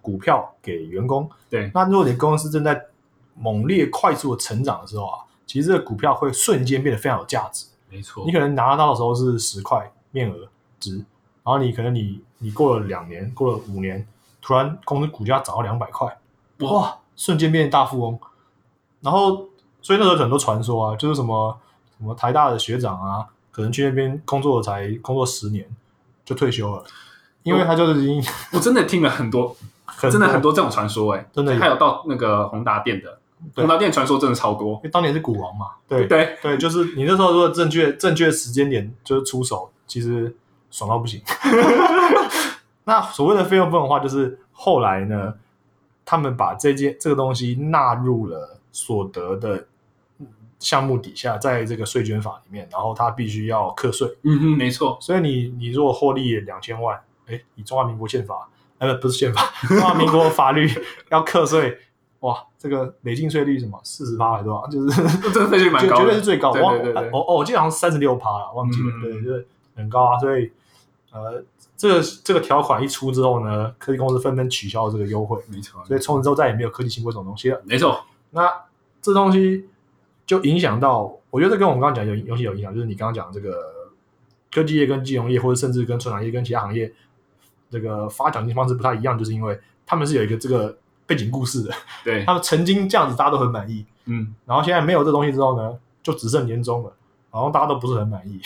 [SPEAKER 3] 股票给员工。
[SPEAKER 1] 对
[SPEAKER 3] 那如果你公司正在猛烈快速的成长的时候啊，其实这个股票会瞬间变得非常有价值。
[SPEAKER 1] 没错
[SPEAKER 3] 你可能拿到的时候是十块面额值，然后你可能你你过了两年，过了五年，突然公司股价涨到两百块，
[SPEAKER 1] 哇
[SPEAKER 3] 哇，瞬间变大富翁。然后，所以那时候很多传说啊，就是什么什么台大的学长啊，可能去那边工作才工作十年就退休了，因为他就是已经
[SPEAKER 1] 我真的听了很多，
[SPEAKER 3] 很
[SPEAKER 1] 真的很多这种传说哎、
[SPEAKER 3] 真的有
[SPEAKER 1] 还有到那个宏达店的，
[SPEAKER 3] 对
[SPEAKER 1] 宏达店传说真的超多
[SPEAKER 3] 因，为当年是股王嘛，对
[SPEAKER 1] 对，
[SPEAKER 3] 对，就是你那时候如果正确正确时间点就是出手，其实爽到不行。 那所谓的费用分的话，就是后来呢，他们把这件这个东西纳入了所得的项目底下，在这个税捐法里面，然后它必须要课税。
[SPEAKER 1] 嗯哼，没错，
[SPEAKER 3] 所以你你如果获利两千万，哎，以中华民国宪法，呃，不是宪法， 中华民国法律 要课税，哇，这个累进税率什么四十八还是多少？就是
[SPEAKER 1] 这这率蛮
[SPEAKER 3] 绝
[SPEAKER 1] 高的，
[SPEAKER 3] 绝对是最高，
[SPEAKER 1] 对
[SPEAKER 3] 忘
[SPEAKER 1] 对对对
[SPEAKER 3] 哦哦，我记得好像三十六趴了，忘记了，
[SPEAKER 1] 嗯
[SPEAKER 3] 对，就是很高啊。所以呃，这个这个条款一出之后呢，科技公司纷纷取消这个优惠，
[SPEAKER 1] 没错，
[SPEAKER 3] 所以从此之后再也没有科技新规这种东西了。
[SPEAKER 1] 没错，
[SPEAKER 3] 那这东西就影响到，我觉得这跟我们刚刚讲的游游戏有影响，就是你刚刚讲这个科技业跟金融业，或者甚至跟传统业跟其他行业这个发奖金方式不太一样，就是因为他们是有一个这个背景故事的，
[SPEAKER 1] 对
[SPEAKER 3] 他，们曾经这样子大家都很满意，
[SPEAKER 1] 嗯，
[SPEAKER 3] 然后现在没有这东西之后呢，就只剩年终了，好像大家都不是很 满意。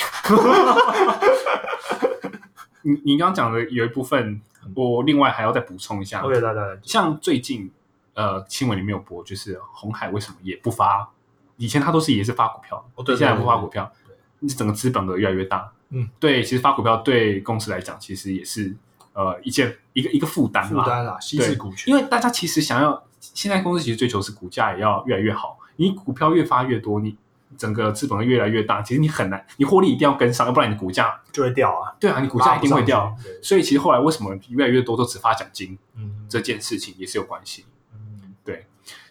[SPEAKER 1] 你你刚刚讲的有一部分，我另外还要再补充一下
[SPEAKER 3] OK，大家 来
[SPEAKER 1] 像最近呃新闻里面有播，就是红海为什么也不发，以前它都是也是发股票，
[SPEAKER 3] 哦对对
[SPEAKER 1] 现在不发
[SPEAKER 3] 对对
[SPEAKER 1] 股票，整个资本额越来越大，
[SPEAKER 3] 嗯，
[SPEAKER 1] 对，其实发股票对公司来讲其实也是呃一件一个一个负担
[SPEAKER 3] 负
[SPEAKER 1] 啦，
[SPEAKER 3] 担啦，稀释股权，
[SPEAKER 1] 因为大家其实想要，现在公司其实追求是股价也要越来越好，你股票越发越多，你整个资本额越来越大，其实你很难，你获利一定要跟上，要不然你的股价，
[SPEAKER 3] 就会掉啊，
[SPEAKER 1] 对啊，你股价一定会掉。
[SPEAKER 3] 对。
[SPEAKER 1] 所以其实后来为什么越来越多都只发奖金
[SPEAKER 3] 嗯，
[SPEAKER 1] 这件事情也是有关系。
[SPEAKER 3] 嗯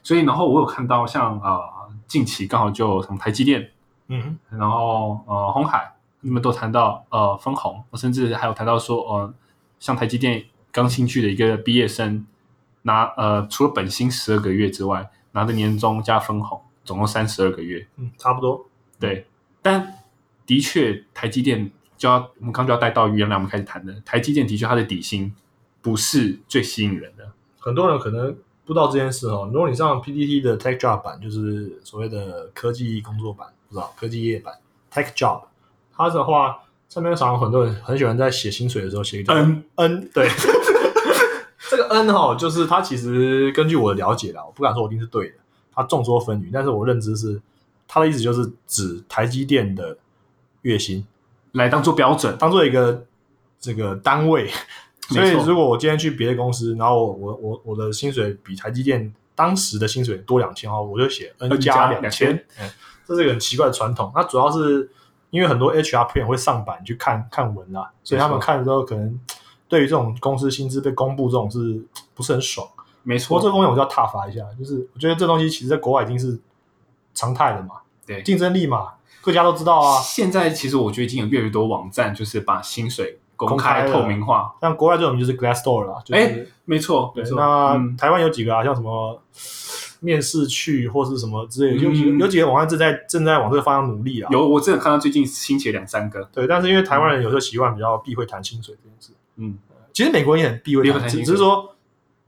[SPEAKER 1] 所以然后我有看到像啊、呃近期刚好就从台积电，
[SPEAKER 3] 嗯
[SPEAKER 1] 然后呃红海，你们都谈到呃分红，甚至还有谈到说呃像台积电刚新去的一个毕业生，拿呃除了本薪十二个月之外，拿的年终加分红，总共三十二个月。
[SPEAKER 3] 嗯，差不多。
[SPEAKER 1] 对，但的确台积电就要我们刚就要带到原来我们开始谈的，台积电的确它的底薪不是最吸引人的，
[SPEAKER 3] 很多人可能不知道这件事哦。如果你上 PPT 的 Tech Job 版，就是所谓的科技工作版，不知道科技业版 Tech Job，它的话上面常常很多人很喜欢在写薪水的时候写一个
[SPEAKER 1] 嗯
[SPEAKER 3] N，对， 这个 N 哈、就是它其实根据我的了解啦，我不敢说我一定是对的，它众说纷纭，但是我认知是它的意思就是指台积电的月薪，
[SPEAKER 1] 来当做标准。
[SPEAKER 3] 当做一个这个单位。所以
[SPEAKER 1] 没错
[SPEAKER 3] 如果我今天去别的公司，然后我我我我的薪水比台积电当时的薪水多两千哦，我就写 N 加两千
[SPEAKER 1] 2000，
[SPEAKER 3] 嗯这是一个很奇怪的传统。那主要是因为很多 HR 朋友会上版去看看文啦，所以他们
[SPEAKER 1] 没错
[SPEAKER 3] 看的时候可能对于这种公司薪资被公布这种是不是很爽。
[SPEAKER 1] 没
[SPEAKER 3] 不过
[SPEAKER 1] 错，
[SPEAKER 3] 这个风险我就要挞伐一下，就是我觉得这东西其实在国外已经是常态了嘛，
[SPEAKER 1] 对
[SPEAKER 3] 竞争力嘛，各家都知道啊。
[SPEAKER 1] 现在其实我觉得已经有越来越多网站就是把薪水公
[SPEAKER 3] 公开
[SPEAKER 1] 开
[SPEAKER 3] 了
[SPEAKER 1] 透明化。
[SPEAKER 3] 像国外这种就是 Glassdoor 啦，就是、
[SPEAKER 1] 哎没错，没
[SPEAKER 3] 对，
[SPEAKER 1] 错。
[SPEAKER 3] 那
[SPEAKER 1] 嗯
[SPEAKER 3] 台湾有几个啊，像什么面试去或是什么之类的，有几
[SPEAKER 1] 嗯
[SPEAKER 3] 有几个网站正在正在往这个方向努力啊。
[SPEAKER 1] 有我真的看到最近兴起了两三个，
[SPEAKER 3] 对，但是因为台湾人有时候习惯比较避讳谈薪水这件事，
[SPEAKER 1] 嗯，
[SPEAKER 3] 其实美国人也很避讳
[SPEAKER 1] 避讳
[SPEAKER 3] 谈，
[SPEAKER 1] 谈
[SPEAKER 3] 只
[SPEAKER 1] 薪水
[SPEAKER 3] 只是说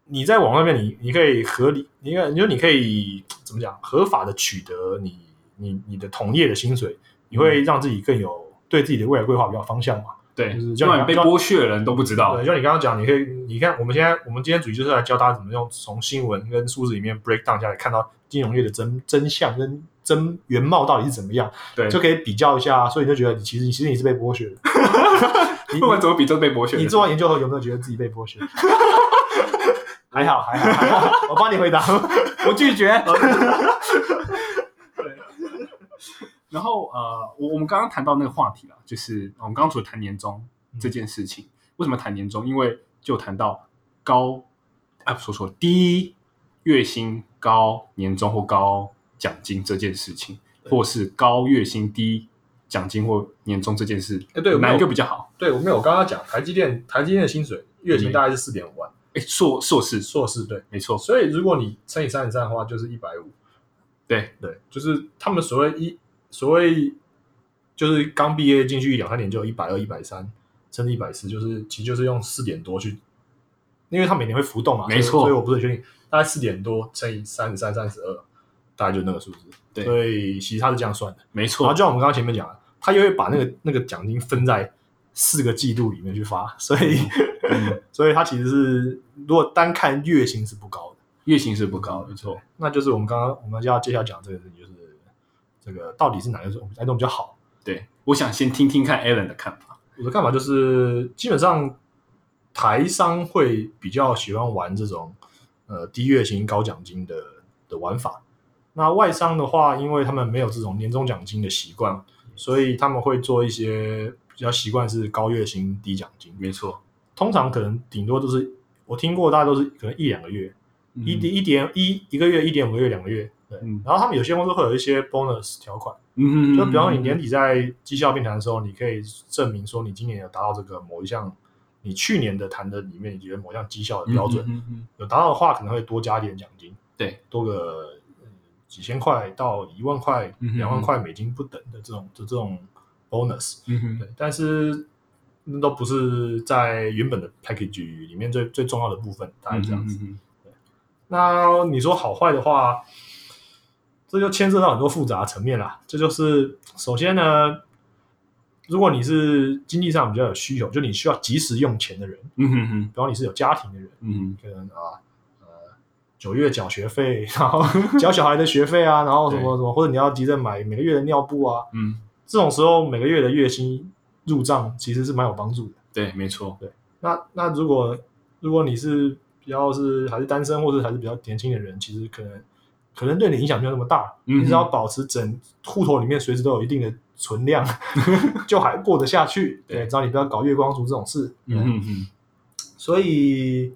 [SPEAKER 3] 你在网上面你你可以合理，你看你就你可以怎么讲合法的取得你你你的同业的薪水，你
[SPEAKER 1] 嗯
[SPEAKER 3] 会让自己更有对自己的未来规划比较有方向嘛。
[SPEAKER 1] 对，
[SPEAKER 3] 就是
[SPEAKER 1] 不然被剥削的人都不知道
[SPEAKER 3] 对，。就你刚刚讲，你可以，你看，我们现在我们今天主题就是来教大家怎么用从新闻跟数字里面 break down 下来，看到金融业的真真相跟真原貌到底是怎么样，
[SPEAKER 1] 对，
[SPEAKER 3] 就可以比较一下。所以你就觉得你其实你其实你是被剥 削的，
[SPEAKER 1] 不管怎么比都是被剥削的。
[SPEAKER 3] 你做完研究后有没有觉得自己被剥削？ 还好，还好，还好，我帮你回答。
[SPEAKER 1] 我拒 绝。然后呃，我我们刚刚谈到那个话题了，就是我们刚刚除了谈年终
[SPEAKER 3] 嗯
[SPEAKER 1] 这件事情，为什么谈年终？因为就谈到高，啊，说错，低月薪高年终或高奖金这件事情，
[SPEAKER 3] 对
[SPEAKER 1] 或是高月薪低奖金或年终这件事，
[SPEAKER 3] 哎对我
[SPEAKER 1] 哪一
[SPEAKER 3] 没有
[SPEAKER 1] 个比较好？
[SPEAKER 3] 对，我没有，我刚刚讲台积电，台积电的薪水月薪大概是四点五万，
[SPEAKER 1] 哎，硕硕士，
[SPEAKER 3] 硕士对，
[SPEAKER 1] 没错，
[SPEAKER 3] 所以如果你乘以三十三的话，就是一百五。
[SPEAKER 1] 对
[SPEAKER 3] 对，就是他们所谓一所谓就是刚毕业进去两三年就一百二、一百三，甚至一百四，就是其实就是用四点多去，因为他每年会浮动嘛，
[SPEAKER 1] 没错
[SPEAKER 3] 所以所以我不是很确定，大概四点多乘以三十三、三十二，大概就那个数字。
[SPEAKER 1] 对
[SPEAKER 3] 所以其实他是这样算的。
[SPEAKER 1] 没
[SPEAKER 3] 然后
[SPEAKER 1] 错
[SPEAKER 3] 就，像我们刚刚前面讲的，他又会把那个那个奖金分在四个季度里面去发，所以、
[SPEAKER 1] 没嗯，
[SPEAKER 3] 所以它其实是如果单看月薪是不高的。
[SPEAKER 1] 月薪是不高，没错。
[SPEAKER 3] 那就是我们刚刚我们要接下来讲这个事情，就是这个到底是哪一种哪一种比较好？
[SPEAKER 1] 对，我想先听听看 Alan 的看法。
[SPEAKER 3] 我的看法就是，基本上台商会比较喜欢玩这种呃低月薪高奖金的的玩法。那外商的话，因为他们没有这种年终奖金的习惯，所以他们会做一些比较习惯是高月薪低奖金。
[SPEAKER 1] 没错，
[SPEAKER 3] 通常可能顶多都是我听过，大家都是可能一两个月，一点一点一一个月一点五个月两个月。对，
[SPEAKER 1] 嗯
[SPEAKER 3] 然后他们有些公司会有一些 bonus 条款，
[SPEAKER 1] 嗯，嗯
[SPEAKER 3] 就比方说你年底在绩效面谈的时候，你可以证明说你今年有达到这个某一项，你去年的谈的里面你觉得某项绩效的标准、，
[SPEAKER 1] 嗯嗯嗯嗯
[SPEAKER 3] 有达到的话，可能会多加一点奖金，
[SPEAKER 1] 对，
[SPEAKER 3] 多个、呃几千块到一万块、
[SPEAKER 1] 嗯哼
[SPEAKER 3] 两万块美金不等的这种就这种 bonus，
[SPEAKER 1] 嗯哼
[SPEAKER 3] 对，但是那都不是在原本的 package 里面最最重要的部分，大概这样子。
[SPEAKER 1] 嗯嗯嗯
[SPEAKER 3] 那你说好坏的话，这就牵涉到很多复杂层面啦。这就是首先呢，如果你是经济上比较有需求，就你需要及时用钱的人，比
[SPEAKER 1] 嗯哼哼，
[SPEAKER 3] 方你是有家庭的人，
[SPEAKER 1] 嗯哼，
[SPEAKER 3] 可能啊呃九月缴学费， 然后缴小孩的学费啊，然后什么什么，或者你要急着买每个月的尿布啊，
[SPEAKER 1] 嗯，
[SPEAKER 3] 这种时候每个月的月薪入账其实是蛮有帮助的。
[SPEAKER 1] 对，没错，
[SPEAKER 3] 那那如果如果你是比较是还是单身，或者还是比较年轻的人，其实可能可能对你影响没有那么大。
[SPEAKER 1] 嗯
[SPEAKER 3] 你只要保持整户头里面随时都有一定的存 量，就还过得下去。
[SPEAKER 1] 对
[SPEAKER 3] 对，只要你不要搞月光族这种事。
[SPEAKER 1] 嗯哼哼，
[SPEAKER 3] 所以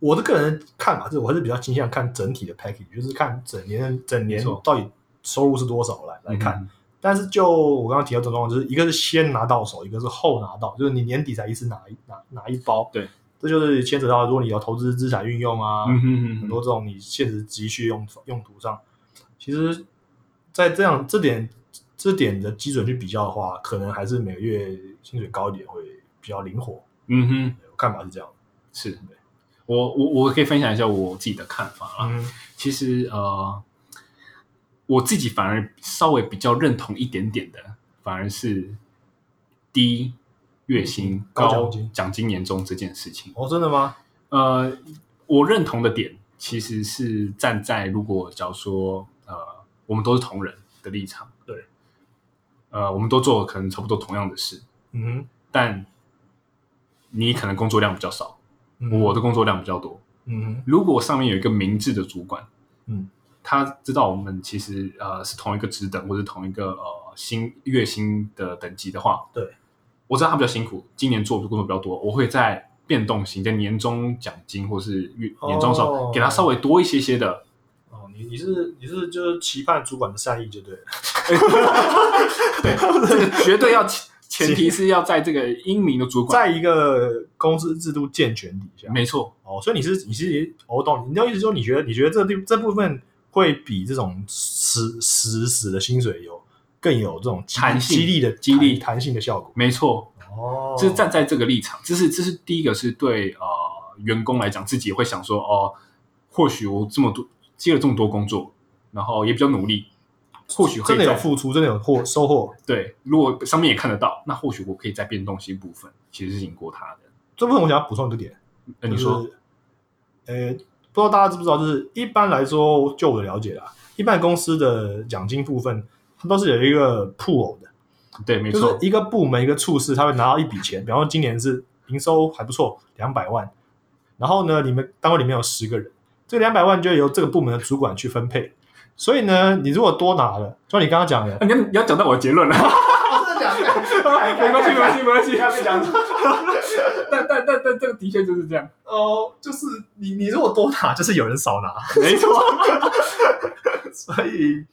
[SPEAKER 3] 我的个人看法是，我还是比较倾向看整体的 package，就是看整年整年
[SPEAKER 1] 没错
[SPEAKER 3] 到底收入是多少来来看。
[SPEAKER 1] 嗯，
[SPEAKER 3] 但是就我刚刚提到这种状况，就是一个是先拿到手，一个是后拿到，就是你年底才一次拿一拿拿一包。
[SPEAKER 1] 对，
[SPEAKER 3] 这就是牵扯到如果你有投资资产运用啊，
[SPEAKER 1] 嗯哼哼，
[SPEAKER 3] 很多这种你现实急需用用途上，其实，在这样这点这点的基准去比较的话，可能还是每个月薪水高一点会比较灵活。
[SPEAKER 1] 嗯哼，
[SPEAKER 3] 我看法是这样。
[SPEAKER 1] 是我我我可以分享一下我自己的看法啦。
[SPEAKER 3] 嗯
[SPEAKER 1] 其实呃，我自己反而稍微比较认同一点点的，反而是低月薪
[SPEAKER 3] 高
[SPEAKER 1] 高
[SPEAKER 3] 奖金
[SPEAKER 1] 奖金年终这件事情。
[SPEAKER 3] 哦，真的吗？
[SPEAKER 1] 呃，我认同的点其实是站在如果假如说呃，我们都是同人的立场，
[SPEAKER 3] 对，
[SPEAKER 1] 呃，我们都做可能差不多同样的事，
[SPEAKER 3] 嗯
[SPEAKER 1] 但你可能工作量比较少，
[SPEAKER 3] 嗯哼，
[SPEAKER 1] 我的工作量比较多。
[SPEAKER 3] 嗯
[SPEAKER 1] 如果上面有一个明智的主管，
[SPEAKER 3] 嗯，
[SPEAKER 1] 他知道我们其实呃是同一个职等或者同一个呃薪月薪的等级的话，
[SPEAKER 3] 对，
[SPEAKER 1] 我知道他比较辛苦，今年做的工作比较多，我会在变动型在年终奖金或是月
[SPEAKER 3] 哦
[SPEAKER 1] 年终的时候、给他稍微多一些些 的，
[SPEAKER 3] 哦，你你是你是就是期盼主管的善意就对了。
[SPEAKER 1] 这个绝对要前前提是要在这个英明的主管，
[SPEAKER 3] 在一个公司制度健全底下，
[SPEAKER 1] 没错，
[SPEAKER 3] 哦，所以你是你是我懂，你的意思说你觉得你觉得这地这部分会比这种死死死的薪水有更有这种激
[SPEAKER 1] 弹性
[SPEAKER 3] 激励的
[SPEAKER 1] 激励
[SPEAKER 3] 弹弹性的效果
[SPEAKER 1] 没错，
[SPEAKER 3] 哦
[SPEAKER 1] 就是站在这个立场，这是这是第一个是对呃员工来讲，自己也会想说哦，或许我这么多接了这么多工作，然后也比较努力，或许可
[SPEAKER 3] 真
[SPEAKER 1] 以
[SPEAKER 3] 的有
[SPEAKER 1] 在
[SPEAKER 3] 付出，真的有获收获，
[SPEAKER 1] 对，如果上面也看得到，那或许我可以在变动性部分其实是赢过他的。
[SPEAKER 3] 这部分我想要补充一个点，
[SPEAKER 1] 那你
[SPEAKER 3] 就是
[SPEAKER 1] 说，
[SPEAKER 3] 呃，不知道大家知不知道，就是一般来说，就我的了解啦，一般公司的奖金部分它都是有一个铺偶的。
[SPEAKER 1] 对，没
[SPEAKER 3] 就是
[SPEAKER 1] 错，
[SPEAKER 3] 一个部门一个处室，他会拿到一笔钱，比方说今年是营收还不错，两百万。然后呢，你们单位里面有十个人，这两百万就由这个部门的主管去分配。所以呢，你如果多拿了，就像你刚刚讲的，
[SPEAKER 1] 啊你要你要讲到我的结论了，
[SPEAKER 4] 真的假的？
[SPEAKER 1] 没关系，没关系，没关系。
[SPEAKER 4] 讲
[SPEAKER 1] 但但但但这个的确就是这样，
[SPEAKER 3] 哦，就是你你如果多拿，就是有人少拿，
[SPEAKER 1] 没错，
[SPEAKER 3] 所以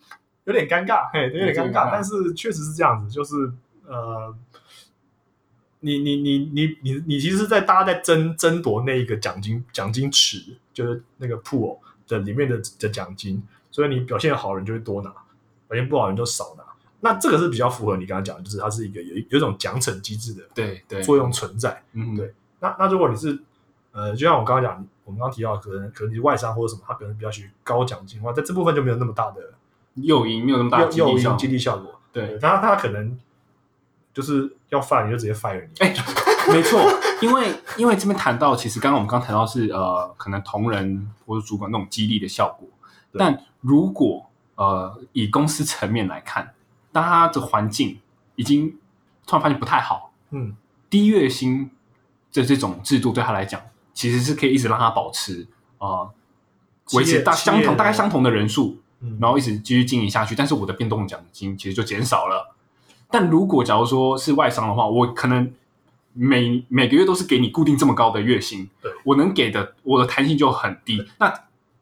[SPEAKER 3] 有点尴尬，嘿，有点尴
[SPEAKER 1] 有点尴
[SPEAKER 3] 尬
[SPEAKER 1] 尬。
[SPEAKER 3] 但是确实是这样子，就是呃，你你你你你你其实是在大家在争争夺那一个奖金奖金池，就是那个 pool 的里面的的奖金，所以你表现好的人就会多拿，表现不好的人就少拿。那这个是比较符合你刚刚讲的，就是它是一个有一有一种奖惩机制的
[SPEAKER 1] 对对，
[SPEAKER 3] 作用存在。
[SPEAKER 1] 嗯，
[SPEAKER 3] 对那那如果你是呃，就像我刚刚讲，我们刚刚提到，可能可能你是外商或者什么，他可能比较喜欢高奖金的话，在这部分就没有那么大的
[SPEAKER 1] 诱因没有那么大的
[SPEAKER 3] 又
[SPEAKER 1] 激
[SPEAKER 3] 又
[SPEAKER 1] 励效
[SPEAKER 3] 有
[SPEAKER 1] 果
[SPEAKER 3] 激励效果。
[SPEAKER 1] 对，
[SPEAKER 3] 他他可能就是要 fire 你就直接 fire 你，
[SPEAKER 1] 哎 没错，因为因为这边谈到，其实刚刚我们刚谈到是呃，可能同仁或者主管那种激励的效果，
[SPEAKER 4] 对
[SPEAKER 1] 但如果呃以公司层面来看，当他的环境已经突然发现不太好，
[SPEAKER 3] 嗯，
[SPEAKER 1] 低月薪的这种制度对他来讲，其实是可以一直让他保持呃维
[SPEAKER 3] 企
[SPEAKER 1] 持
[SPEAKER 3] 业
[SPEAKER 1] 大
[SPEAKER 3] 企业
[SPEAKER 1] 相同
[SPEAKER 3] 的
[SPEAKER 1] 大概相同的人数，
[SPEAKER 3] 嗯
[SPEAKER 1] 然后一直继续经营下去，但是我的变动奖金其实就减少了。但如果假如说是外商的话，我可能每每个月都是给你固定这么高的月薪，
[SPEAKER 3] 对
[SPEAKER 1] 我能给的我的弹性就很低。那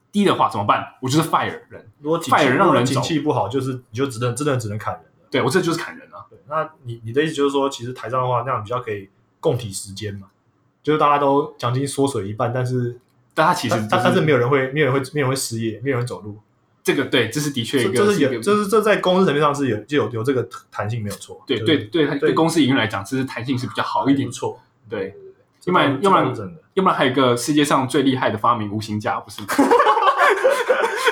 [SPEAKER 1] 低的话怎么办？我就是 fire 人，
[SPEAKER 3] 如果景气
[SPEAKER 1] fire 让人
[SPEAKER 3] 如果景
[SPEAKER 1] 走
[SPEAKER 3] 气不好，就是你就只能真的只能砍人了。
[SPEAKER 1] 对我这就是砍人啊。
[SPEAKER 3] 对，那你你的意思就是说，其实台上的话，那样比较可以共体时间嘛，就是大家都奖金缩水一半，但是
[SPEAKER 1] 但他其实、就
[SPEAKER 3] 但但但是没
[SPEAKER 1] 有
[SPEAKER 3] 有人会，没有人会，没有人会失业，没有人走路，
[SPEAKER 1] 这个，对，这是的确一
[SPEAKER 3] 这
[SPEAKER 1] 个
[SPEAKER 3] 这是
[SPEAKER 1] 一
[SPEAKER 3] 有，
[SPEAKER 1] 个
[SPEAKER 3] 这是这在公司层面上是有就有有这个弹性没有错，
[SPEAKER 1] 对
[SPEAKER 3] 就是
[SPEAKER 1] 对，对，对
[SPEAKER 3] 对
[SPEAKER 1] 公司营运来讲，这是弹性是比较好一点
[SPEAKER 3] 不。错，
[SPEAKER 1] 对，
[SPEAKER 3] 这
[SPEAKER 1] 要不然
[SPEAKER 3] 倒
[SPEAKER 1] 要不然
[SPEAKER 3] 这倒是真的
[SPEAKER 1] 要不然还有一个世界上最厉害的发明无形家，不 是吗？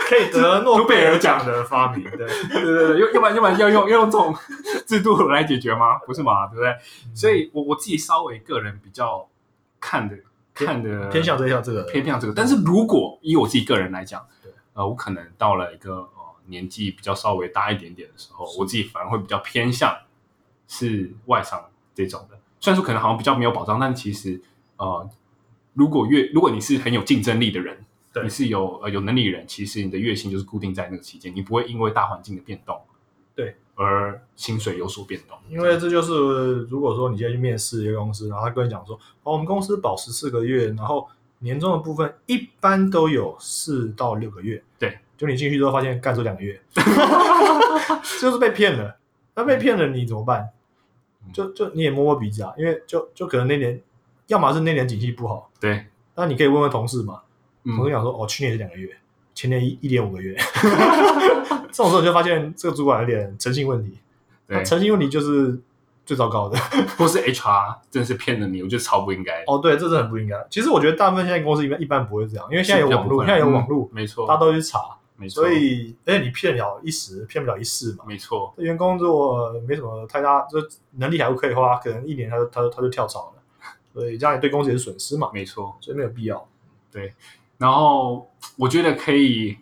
[SPEAKER 3] 可以得诺
[SPEAKER 1] 诺贝尔奖
[SPEAKER 3] 的发明，对，
[SPEAKER 1] 对对对，要要不然要不然要用要用这种制度来解决吗？不是嘛，对不对？ 所以我我自己稍微个人比较看的
[SPEAKER 3] 偏
[SPEAKER 1] 看的
[SPEAKER 3] 嗯偏向这项这个
[SPEAKER 1] 偏向这个，但是如果以我自己个人来讲
[SPEAKER 3] 对，
[SPEAKER 1] 呃，我可能到了一个呃年纪比较稍微大一点点的时候，我自己反而会比较偏向是外商这种的。虽然说可能好像比较没有保障，但其实呃，如果月如果你是很有竞争力的人，
[SPEAKER 3] 对
[SPEAKER 1] 你是有呃有能力的人，其实你的月薪就是固定在那个期间，你不会因为大环境的变动
[SPEAKER 3] 对
[SPEAKER 1] 而薪水有所变动，
[SPEAKER 3] 因为这就是，如果说你今天去面试一个公司，然后他跟你讲说，哦，我们公司保十四个月，然后年终的部分一般都有四到六个月。
[SPEAKER 1] 对，
[SPEAKER 3] 就你进去之后发现干出两个月，就是被骗了。那被骗了你怎么办？就就你也摸摸鼻子啊，因为就就可能那年，要么是那年景气不好，
[SPEAKER 1] 对，
[SPEAKER 3] 那你可以问问同事嘛。
[SPEAKER 1] 嗯
[SPEAKER 3] 同事讲说，哦，去年是两个月，前年一一点五个月。 这种时候你就发现这个主管有点诚信问题。
[SPEAKER 1] 对
[SPEAKER 3] 那，啊诚信问题就是最 糟糕的。
[SPEAKER 1] 或是 HR 真的是骗了你，我觉得超不应该。
[SPEAKER 3] 哦，对，这是很不应该。其实我觉得大部分现在公司一般一般不会这样，因为现在有
[SPEAKER 1] 是比较
[SPEAKER 3] 网
[SPEAKER 1] 不
[SPEAKER 3] 络，
[SPEAKER 1] 会
[SPEAKER 3] 现在有网络
[SPEAKER 1] 嗯，没错，
[SPEAKER 3] 大家都去查，
[SPEAKER 1] 没错，
[SPEAKER 3] 所以而且你骗了一时，骗不了一世嘛。
[SPEAKER 1] 没错，
[SPEAKER 3] 员工如果没什么太大，就能力还 OK 的话，可能一年他就他就他就跳 槽了，所以这样也对公司也是损失嘛，
[SPEAKER 1] 没错。
[SPEAKER 3] 所以没有必 要。
[SPEAKER 1] 然后我觉得可以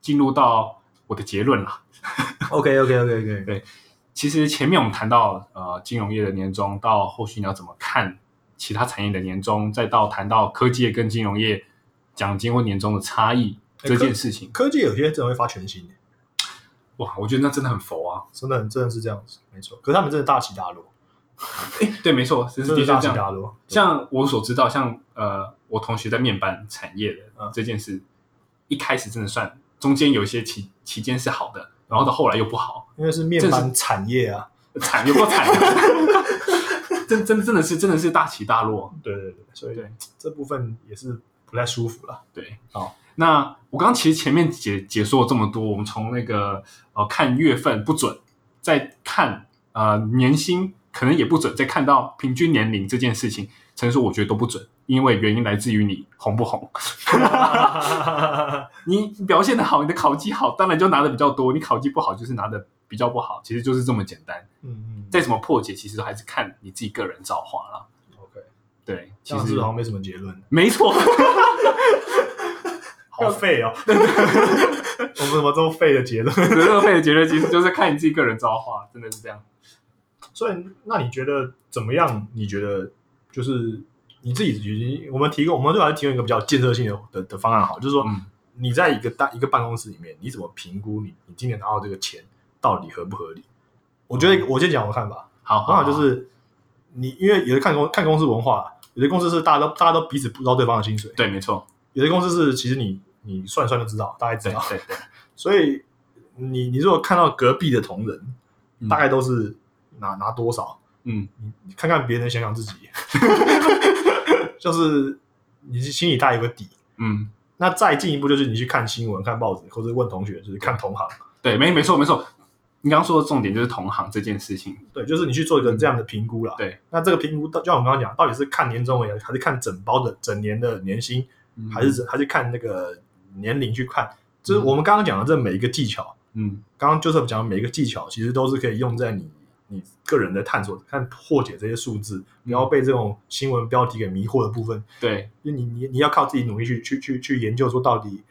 [SPEAKER 1] 进入到我的结论啦。
[SPEAKER 3] OK OK OK OK，
[SPEAKER 1] 其实前面我们谈到呃金融业的年终，到后续你要怎么看其他产业的年终，再到谈到科技业跟金融业奖金或年终的差异
[SPEAKER 3] 哎
[SPEAKER 1] 这
[SPEAKER 3] 科
[SPEAKER 1] 件事情，
[SPEAKER 3] 科技有些真的会发全新的，
[SPEAKER 1] 哇，我觉得那真的很佛啊！
[SPEAKER 3] 真的很真的是这样子，没错。可是他们真的大起大落，
[SPEAKER 1] 哎，对，没错，真
[SPEAKER 3] 真
[SPEAKER 1] 是
[SPEAKER 3] 的
[SPEAKER 1] 的确
[SPEAKER 3] 是大
[SPEAKER 1] 这
[SPEAKER 3] 起
[SPEAKER 1] 样。
[SPEAKER 3] 大落。
[SPEAKER 1] 像我所知道，像呃，我同学在面板产业的、
[SPEAKER 3] 嗯
[SPEAKER 1] 这件事，一开始真的算，中间有一些期期间是好的，然后到后来又不好，
[SPEAKER 3] 因为是面板产业啊，
[SPEAKER 1] 惨又不惨， 真真真的是真的是大起大落。
[SPEAKER 3] 对对对，所以
[SPEAKER 1] 对
[SPEAKER 3] 这部分也是不太舒 服了。
[SPEAKER 1] 对，
[SPEAKER 3] 好，
[SPEAKER 1] 那我刚刚其实前面解解说了这么多，我们从那个呃看月份不准，再看呃年薪可能也不准，再看到平均年龄这件事情，陈述我觉得都不准，因为原因来自于你红不红。你表现的好，你的考绩好，当然就拿的比较多；你考绩不好，就是拿的比较不好，其实就是这么简单。
[SPEAKER 3] 嗯嗯，
[SPEAKER 1] 再怎么破解，其实都还是看你自己个人造化啦。
[SPEAKER 3] OK，
[SPEAKER 1] 对，
[SPEAKER 3] 其
[SPEAKER 1] 其
[SPEAKER 3] 实
[SPEAKER 1] 实
[SPEAKER 3] 好像没什么结论，
[SPEAKER 1] 没 错，
[SPEAKER 3] 好废 哦。我们怎么都废的结论？
[SPEAKER 1] 德费的结论其实就是看你自己个人造化，真的是这样。
[SPEAKER 3] 所以，那你觉得怎么样？你觉得就是你自己已经，我们提供，我们最好是提供一个比较建设性的的的方案，好，就是说
[SPEAKER 1] 嗯
[SPEAKER 3] 你在一个大一个办公室里面，你怎么评估你你今年拿到这个钱到底合不合理？我觉得我先讲我的看法，
[SPEAKER 1] 好，
[SPEAKER 3] 我看法
[SPEAKER 1] 哦
[SPEAKER 3] 就是你因为有的看公看公司文化，有的公司是大家都大家都彼此不知道对方的薪水，
[SPEAKER 1] 对，没错，
[SPEAKER 3] 有的公司是其实你你算一算就知道，大概知
[SPEAKER 1] 对
[SPEAKER 3] 道。
[SPEAKER 1] 对对，
[SPEAKER 3] 所以你你如果看到隔壁的同仁，
[SPEAKER 1] 嗯
[SPEAKER 3] 大概都是拿拿多少，
[SPEAKER 1] 嗯，
[SPEAKER 3] 你看看别人，想想自 己，就是你心里大概有个底。
[SPEAKER 1] 嗯，
[SPEAKER 3] 那再进一步就是你去看新闻、看报纸，或者问同学，就是看同行，
[SPEAKER 1] 对，没没错没错。你刚刚说的重点就是同行这件事情，
[SPEAKER 3] 对，就是你去做一个这样的评估啦。
[SPEAKER 1] 嗯对，
[SPEAKER 3] 那这个评估到，就像我们刚刚讲，到底是看年终而已，还是看整包的整年的年薪，
[SPEAKER 1] 嗯
[SPEAKER 3] 还是只还是看那个年龄去看？就是我们刚刚讲的这每一个技巧，
[SPEAKER 1] 嗯
[SPEAKER 3] 刚刚就是讲每一个技巧，其实都是可以用在你你个人的探索，看破解这些数字，
[SPEAKER 1] 嗯
[SPEAKER 3] 不要被这种新闻标题给迷惑的部分，
[SPEAKER 1] 对
[SPEAKER 3] 就你你你要靠自己努力去去去去研究，说到底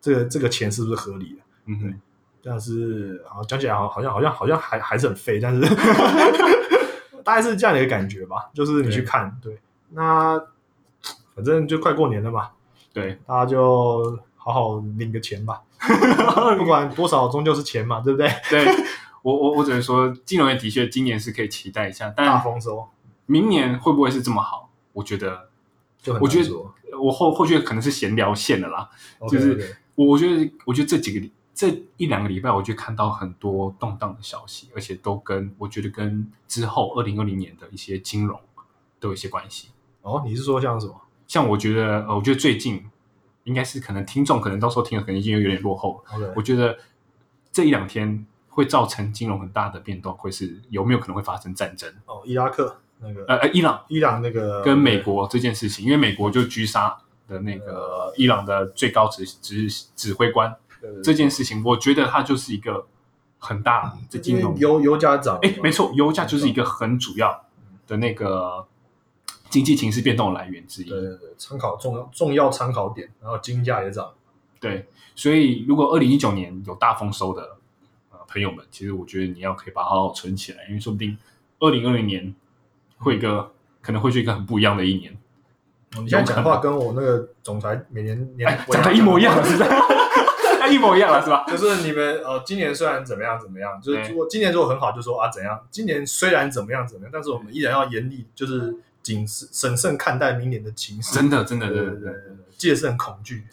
[SPEAKER 3] 这个这个钱是不是合理的？
[SPEAKER 1] 嗯哼，
[SPEAKER 3] 但是好像讲起来好像好像好像还还是很废， 但是大概是这样的一个感觉吧。就是你去
[SPEAKER 1] 对
[SPEAKER 3] 看，对，那反正就快过年了嘛，
[SPEAKER 1] 对，
[SPEAKER 3] 大家就好好领个钱吧， 不管多少，终究是钱嘛，对不对？
[SPEAKER 1] 对我我我只能说，金融业的确今年是可以期待一下，
[SPEAKER 3] 大
[SPEAKER 1] 但
[SPEAKER 3] 丰收，
[SPEAKER 1] 明年会不会是这么好？我觉得
[SPEAKER 3] 就很
[SPEAKER 1] 我觉
[SPEAKER 3] 难
[SPEAKER 1] 得
[SPEAKER 3] 说
[SPEAKER 1] 呃我后后续可能是闲聊线的啦。
[SPEAKER 3] OK，
[SPEAKER 1] 就
[SPEAKER 3] OK
[SPEAKER 1] 是我我觉得我觉得这几个礼这一两个礼拜，我就看到很多动荡的消息，而且都跟我觉得跟之后二零二零年的一些金融都有一些关系。
[SPEAKER 3] 哦，你是说像什么？
[SPEAKER 1] 像我觉得，呃，我觉得最近应该是可能听众可能到时候听了可能已经有点落后了。我
[SPEAKER 3] OK，
[SPEAKER 1] 觉得这一两天会造成金融很大的变动，会是有没有可能会发生战争？
[SPEAKER 3] 哦，伊拉克那个、
[SPEAKER 1] 呃呃，伊朗
[SPEAKER 3] 伊朗那个
[SPEAKER 1] 跟美国这件事情，因为美国就狙杀的那个伊朗的最高指指指挥官
[SPEAKER 3] 对对对
[SPEAKER 1] 这件事情，我觉得它就是一个很大的金
[SPEAKER 3] 因
[SPEAKER 1] 融
[SPEAKER 3] 为油油价涨了嘛，
[SPEAKER 1] 哎，没错，油价就是一个很主要的那个经济情势变动的来源之一。
[SPEAKER 3] 对，
[SPEAKER 4] 对对，参考重要重要参考点，然后金价也涨，
[SPEAKER 1] 对，所以如果二零一九年有大丰收的呃朋友们，其实我觉得你要可以把它好好存起来，因为说不定二零二零年会一个可能会是一个很不一样的一年。
[SPEAKER 3] 嗯
[SPEAKER 1] 哦
[SPEAKER 4] 你
[SPEAKER 3] 有
[SPEAKER 4] 现在
[SPEAKER 3] 可
[SPEAKER 4] 讲
[SPEAKER 3] 能
[SPEAKER 4] 话跟我那个总裁每年年
[SPEAKER 1] 哎，长得一模一样了，是 吧？哎一模一样了，是吧？
[SPEAKER 4] 就是你们呃，今年虽然怎么样怎么样，就是如果今年如果很好，就说啊怎样。今年虽然怎么样怎么样，但是我们依然要严厉，就是谨慎审慎看待明年的情势。
[SPEAKER 1] 真的，真的，
[SPEAKER 4] 对
[SPEAKER 1] 真
[SPEAKER 4] 对
[SPEAKER 1] 的
[SPEAKER 4] 对对
[SPEAKER 1] 真的，
[SPEAKER 4] 对，戒慎恐 惧。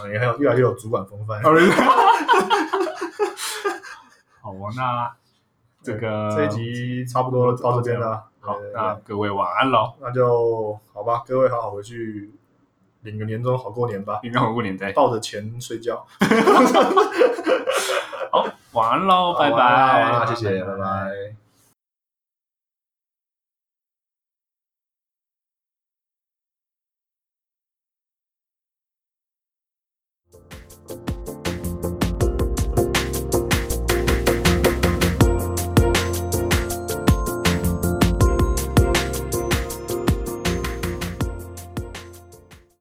[SPEAKER 4] 啊，也很有越来越有主管风范。
[SPEAKER 1] 好人。 好啊，那这个
[SPEAKER 4] 这一集差不
[SPEAKER 1] 嗯
[SPEAKER 4] 多到这边了，
[SPEAKER 1] 好
[SPEAKER 4] 对，
[SPEAKER 1] 那各位晚安喽，
[SPEAKER 4] 那就好吧，各位好好回去领个年终，好过年吧，
[SPEAKER 1] 明天我们过年再
[SPEAKER 4] 抱着钱睡觉。
[SPEAKER 1] 好，晚安喽，拜
[SPEAKER 4] 好晚安晚
[SPEAKER 1] 拜，
[SPEAKER 4] 啊安谢谢，拜拜。